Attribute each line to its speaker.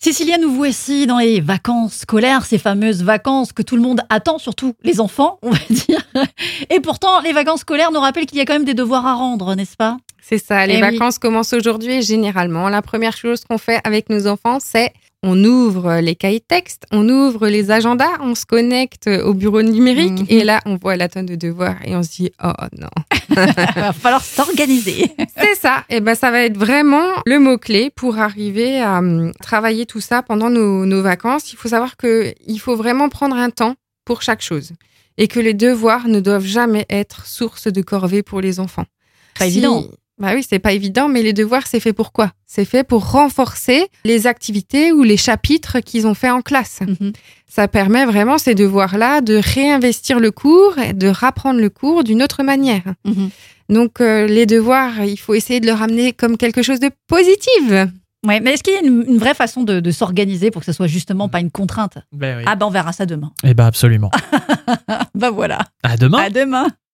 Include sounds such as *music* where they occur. Speaker 1: Cécilia, nous voici dans les vacances scolaires, ces fameuses vacances que tout le monde attend, surtout les enfants, on va dire. Et pourtant, les vacances scolaires nous rappellent qu'il y a quand même des devoirs à rendre, n'est-ce pas
Speaker 2: C'est ça, les
Speaker 1: Eh oui.
Speaker 2: vacances commencent aujourd'hui et généralement, la première chose qu'on fait avec nos enfants, c'est on ouvre les cahiers de texte, on ouvre les agendas, on se connecte au bureau numérique
Speaker 1: Mhm.
Speaker 2: et là, on voit la tonne de devoirs et on se dit oh non.
Speaker 1: Il va falloir
Speaker 3: *laughs*
Speaker 1: s'organiser.
Speaker 2: C'est ça. Et ben ça va être vraiment le mot clé pour arriver à hum, travailler tout ça pendant nos, nos vacances. Il faut savoir que il faut vraiment prendre un temps pour chaque chose et que les devoirs ne doivent jamais être source de corvée pour les enfants.
Speaker 1: Pas
Speaker 2: Si-
Speaker 1: évident.
Speaker 2: Bah oui, c'est pas évident, mais les devoirs, c'est fait pour quoi C'est fait pour renforcer les activités ou les chapitres qu'ils ont fait en classe.
Speaker 1: Mhm.
Speaker 2: Ça permet vraiment ces devoirs-là de réinvestir le cours et de rapprendre le cours d'une autre manière.
Speaker 1: Mhm.
Speaker 2: Donc euh, les devoirs, il faut essayer de le ramener comme quelque chose de positif.
Speaker 1: Ouais, mais est-ce qu'il y a une, une vraie façon de, de s'organiser pour que ce soit justement pas une contrainte
Speaker 3: Ben oui.
Speaker 1: Ah ben on verra ça demain.
Speaker 3: Eh ben absolument.
Speaker 1: Ah, ben voilà.
Speaker 3: À demain.
Speaker 1: À demain.